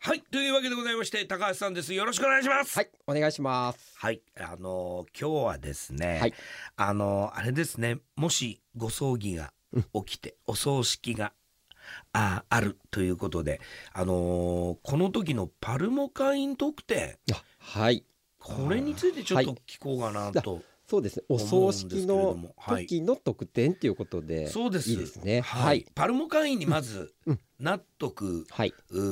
はいというわけでございまして高橋さんですよろしくお願いしますはい、お願いします。はい、あのー今日はですね、はいあのーあれですねもしご葬儀が起きて、お葬式がああるということで、あのーこの時のパルモ会員特典はい、これについてちょっとは聞こうかなと、そうですね。お葬式の時の特典ということで、そうですいいですね。はいはい、パルモ会員にまずうん納得はい、う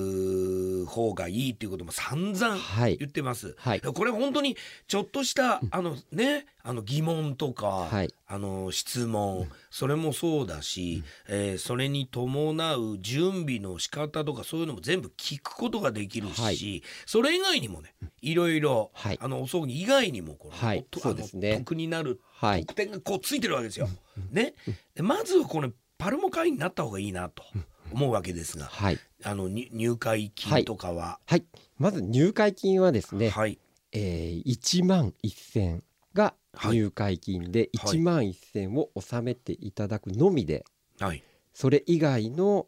ー方がいいっていうことも散々はい言、ってます。はい、これ本当にちょっとした、あのねあの疑問とか、はい、あの質問、それもそうだし、えーそれに伴う準備の仕方とかそういうのも全部聞くことができるし、はいそれ以外にもねいろいろ、はいあのお葬儀以外にもこの、はいとそうですねあの得になるはい得、点がこうついてるわけですよ。ね、でまずはこのパルモ会員になった方がいいなと思うわけですが、はい、あのに入会金とかは、はい。まず入会金はですはいね、えー、1万1000が入会金で、はい1万1000を納めていただくのみで、はいそれ以外の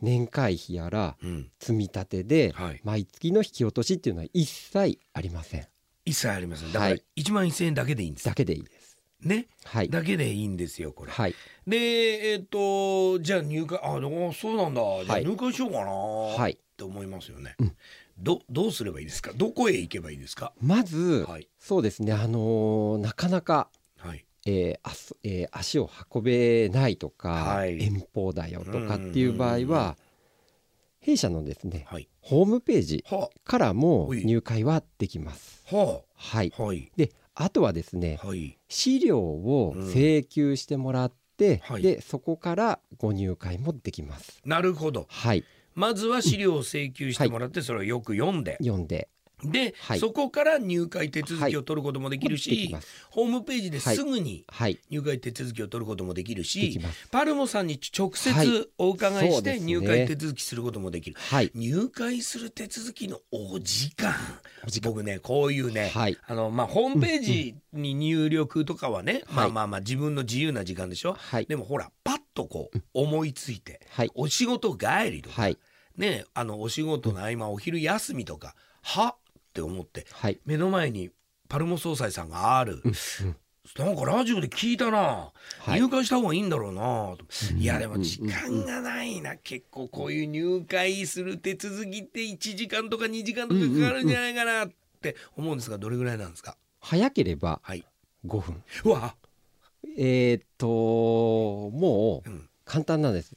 年会費やらうん積み立てではい、毎月の引き落としっていうのは一切ありません。一切ありませんだかはらい1万1,000円だけでいいんです、だけでいいです。ねはい、だけでいいんですよこれ。はい。でえっ、とじゃあ入会あでもそうなんだ、じゃあはい入会しようかな、はっい、て思いますよね、うんどどうすればいいですかどこへ行けばいいですか、まず、はいそうですね、あのーなかなか、はいえーあそえー足を運べないとか、はい遠方だよとかっていう場合うんうんうんは、弊社のですね、はいホームページはからもおい入会はできます。あははいあ、はいであとはですね、はい資料を請求してもらって、うんはいでそこからご入会もできます。なるほどはい、まずは資料を請求してもらってそれをよく読んで、読んでで、はいそこから入会手続きを取ることもできるできし、ます。ホームページですぐにはい、入会手続きを取ることもできるできし、ます。パルモさんに直はい接お伺いそしうでてすね入会手続きすることもできる。はい、入会する手続きのお時間お時間僕ねこういうね、はい、あのまあ、ホームページに入力とかはね、うんまあまあまあ自分の自由な時間でしょ、はい、でもほらパッとこう思いついてはい、お仕事帰りとか、はい、ねあのお仕事の合間お昼休みとかはって思ってはい。目の前にパルモ総裁さんがある、なんかラジオで聞いたな、はい入会した方がいいんだろうなとうんいやでも時間がないな、結構こういう入会する手続きって1時間とか2時間とかかかるんじゃないかなって思うんですがどれぐらいなんですか早ければはい5分。うわ、えーっともう、うん簡単なんです。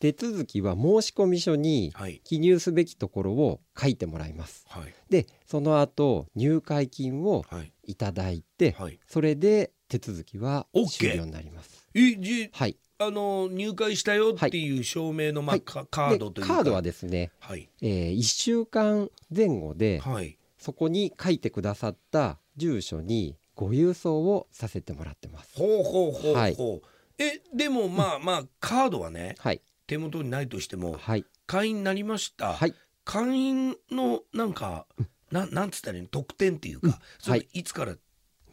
手続きは申込書にはい記入すべきところを書いてもらいます。はいでその後入会金をはいいただいてはいそれで手続きは OK 終了になります。えじはい、あの入会したよっていう証明の、まあはいかでカードというかカードはですね、はいえ1週間前後ではいそこに書いてくださった住所にご郵送をさせてもらってます。ほうほうほうほう、はいえでもまあまあカードはねはい、手元にないとしてもはい、会員になりました、はい、会員のなんかななんつったらいいの特典っていうか、それはいいつからも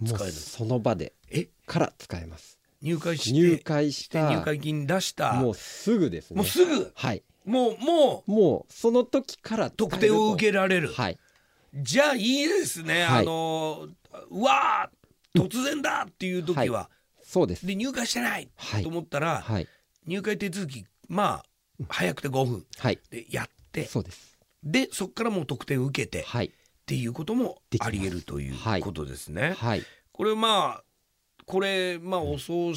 う使えるその場でえから使えます。入会して入会した入会金出したももうすぐですう,、ねすぐはいもうもうもうその時から特典を受けけられる、はいじゃあいいですね、はいあのうわー突然だっていう時は、そうですで入会してないはいと思ったら、はい入会手続きまあ早くて5分はいでやってそうですでそこからもう特典受けてっはいていうこともできまあすり得るというはいことですね。はいこれまあこれまあお葬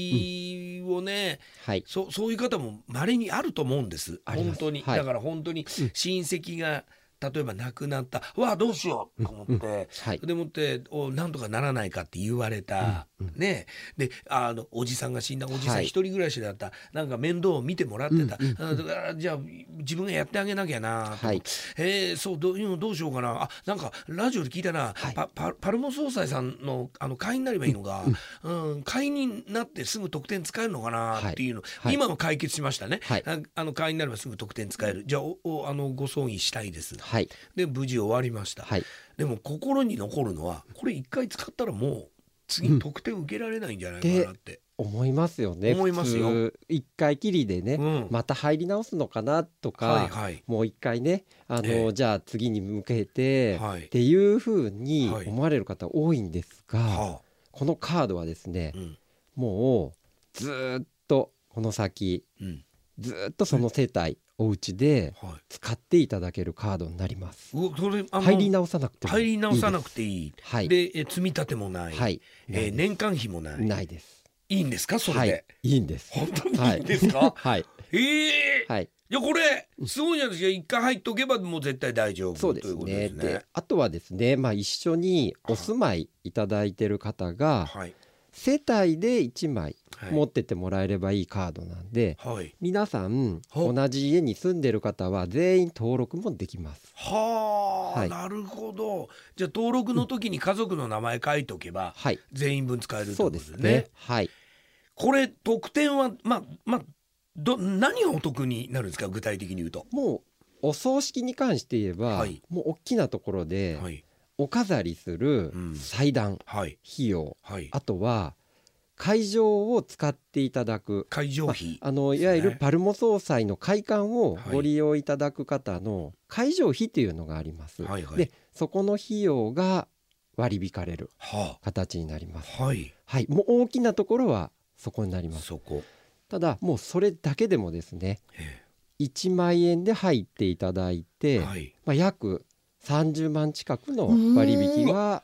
式をね、はいそそういう方も稀にあると思うんですありま本す当に、はいだから本当に親戚が例えば亡くなったわあどうしようと思って、はいでもっておなんとかならないかって言われた、ねであのおじさんが死んだおじさはんい一人暮らしだった、なんか面倒を見てもらってた、うんうんあだからじゃあ自分がやってあげなきゃなとか、はいえーそうどううんどうしようかなあなんかラジオで聞いたな、はいパパパルモ総裁さんのあの会員になればいいのが、うん会員になってすぐ得点使えるのかなっていうの、はい今の解決しましたね、はいああの会員になればすぐ得点使えるじゃあおおあのご葬儀したいですはいで無事終わりました。はいでも心に残るのはこれ一回使ったらもう次特典受けられないんじゃないかなって、思いますよね思いますよ普通一回きりでね、うんまた入り直すのかなとか、はいはいもう一回ねあの、ええじゃあ次に向けて、はいっていうふうにはい思われる方多いんですが、はこのカードはですねあ、うんもうずーっとこの先うんずーっとその世帯お家ではい、使っていただけるカードになります。うわそれあの入り直さなくてもいい入り直さなくていいいです。はい。でえ積み立てもない、はい。えーない年間費もない、ですないです。いいんですかそれはで、い。いいんです。本当にはいいんですか、 はい。ええはい。いやこれすごいじゃないですか一回入っとけばもう絶対大丈夫そうですということね。ですねで、あとはですね、まあ一緒にお住まいいただいてる方がはい世帯で一枚はい持ってってもらえればいいカードなんで、はい皆さんほう同じ家に住んでる方は全員登録もできます。はあ、はいなるほどじゃあ登録の時に家族の名前書いとけばはい。全員分使えるってそこうとでですすねね。はい。これ特典はまあまあど何がお得になるんですか具体的に言うともうお葬式に関して言えば、はいもう大きなところではいお飾りするうん祭壇はい費用、はいあとは会場を使っていただく会場費あのですいねわゆるパルモ総裁の会館をはいご利用いただく方の会場費というのがあります、はいはいでそこの費用が割り引かれるは形になりますあはいはいもう大きなところはそこになりますそこただもうそれだけでもですねえ1万円で入っていただいえて、はいまあ、約30万近くの割引は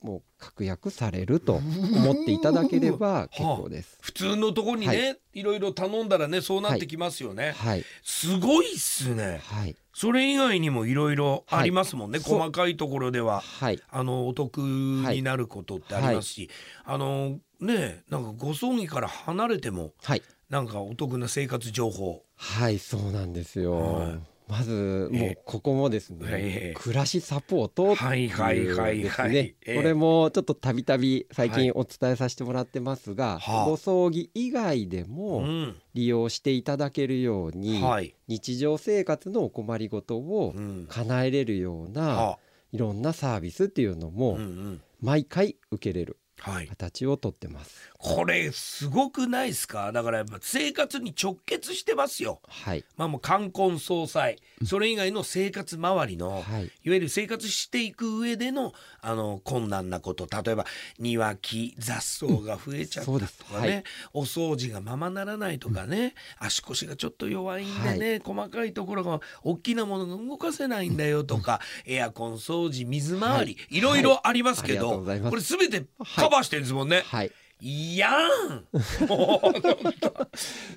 もう確約されると思っていただければ結構です。普通のとこにね、、はいろいろ頼んだらねそうなってきますよね、はい、すごいっすねはい、それ以外にもいろいろありますもんね、はいそう細かいところでははい、あのお得になることってありますし、あのねなんかご葬儀から離れてもはい、なんかお得な生活情報はい、そうなんですよ。はいまずもうえここもですええね、暮らしサポートってはいはいいはういですはいね、ええこれもちょっとたびたび最はい近お伝えさせてもらってますが、はあご葬儀以外でうもん利用していただけるように、はい、日常生活のお困りごとをうん叶えれるような、はいろんなサービスっていうのあうんもうん毎回受けれるはい、形をとってます。これすごくないですかだからやっぱ生活に直結してますよはい、まあもう冠婚葬祭それ以外の生活周りの、はい、いわゆる生活していく上でのあの困難なこと例えば庭木雑草が増えちゃったそうとですかね、お掃除がままならないとかね、足腰がちょっと弱いんでね、細かいところが大きなものが動かせないんだよとか、エアコン掃除水回り、、はいろいろありますけはいありがとど、うございますこれ全てカバーしてるんですもんね。はい、い、やーん もうなんか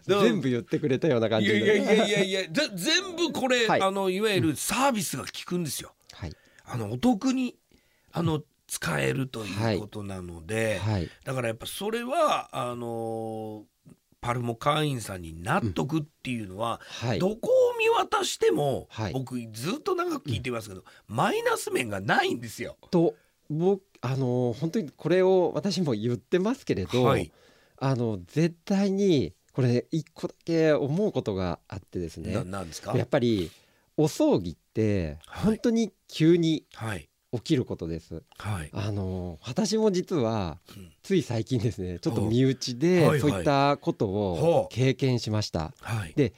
でも全部言ってくれたような感いじやで。いやいやいやいやぜ全部これ、はいあのいわゆるサービスが効くんですよ。はい、あのお得にあの使えるということなので、はい、だからやっぱそれはあのパルモ会員さんに納得っていうのは、はい、どこを見渡しても、はい僕ずっと長く聞いてますけど、マイナス面がないんですよ。と僕あのー本当にこれを私も言ってますけれど、はいあの絶対にこれね一個だけ思うことがあってですなね。なんですかやっぱりお葬儀ってはい本当に急にはい起きることです。はいあの私も実はうんつい最近ですねちょっとほう身内はいではいそういったことほをう経験しました、はいで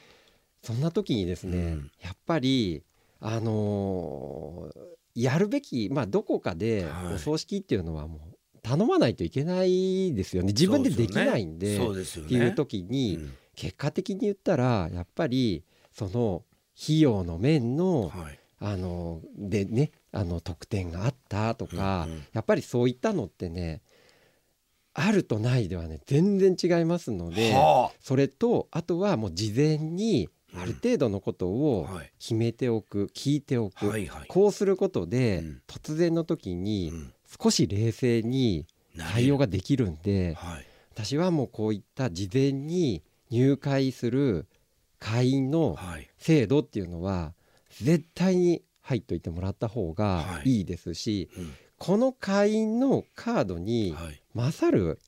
そんな時にですね、うんやっぱりあのーやるべきまあどこかではいお葬式っていうのはもう頼まないといけないですよね自分でできないんでそうですよね。っていう時に、結果的に言ったらやっぱりその費用の面うんのはいあのでねあの特典があったとか、うんうんやっぱりそういったのってねあるとないではね全然違いますので、はそれとあとはもう事前にうんある程度のことあをはい決めておく、聞いておく、はいはい。こうすることで、うん突然の時にうん少し冷静に対応ができるんではい私はもうこういった事前に入会する会員のはい制度っていうのは絶対に入っといてもらった方がはいいいですし、うんこの会員のカードにはい勝る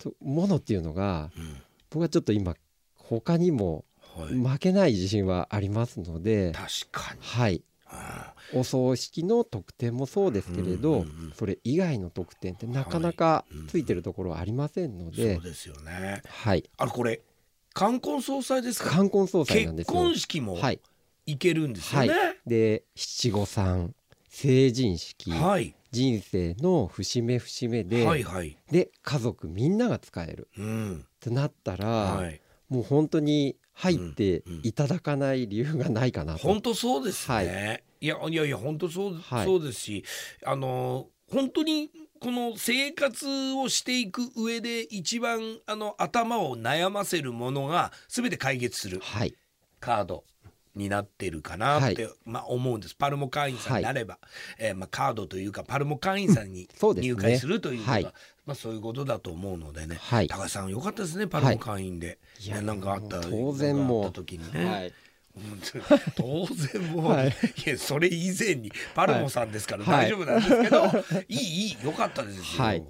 とものっていうのがうん僕はちょっと今他にもはい負けない自信はありますので、確かに。はい、ああお葬式の特典もそうですけれうんどうんうんそれ以外の特典ってなかなかついてるところはありませんのでそうですよねはいあれこれ冠婚葬祭ですか冠婚葬祭なんで結すよ婚式もはいいけるんですよねで七五三成人式はい人生の節目節目はいで、はいはいで家族みんなが使えるうんってなったら、はいもう本当に入ってうんうんいただかない理由がないかなと、本当そうですね、、はいやいやいや本当そう,、はいそうですしあの本当にこの生活をしていく上で一番あの頭を悩ませるものが全て解決するはいカードになってるかなって、まあ、思うんですパルモ会員さんになれば、えーまあ、カードというかパルモ会員さんにそうですね入会するということはがいまあ、そういうことだと思うのでね、はい高橋さんよかったですねパルモ会員で、いいいややなんかあった当然もうなんかあった時にね。はい 当然もう、はいい、やそれ以前にパルモさんですからは大い丈夫なんですけど、 い、いいいよかったですよ、はいね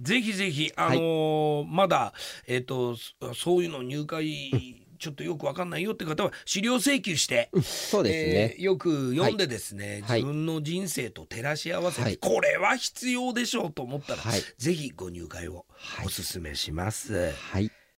ぜひぜひあのーまだえっ、とそそういうの入会ちょっとよくわかんないよって方は資料請求して、そうですね、えーよく読んでですね、はい自分の人生と照らし合わせて、はいこれは必要でしょうと思ったら、はいぜひご入会をはいおすすめします。はい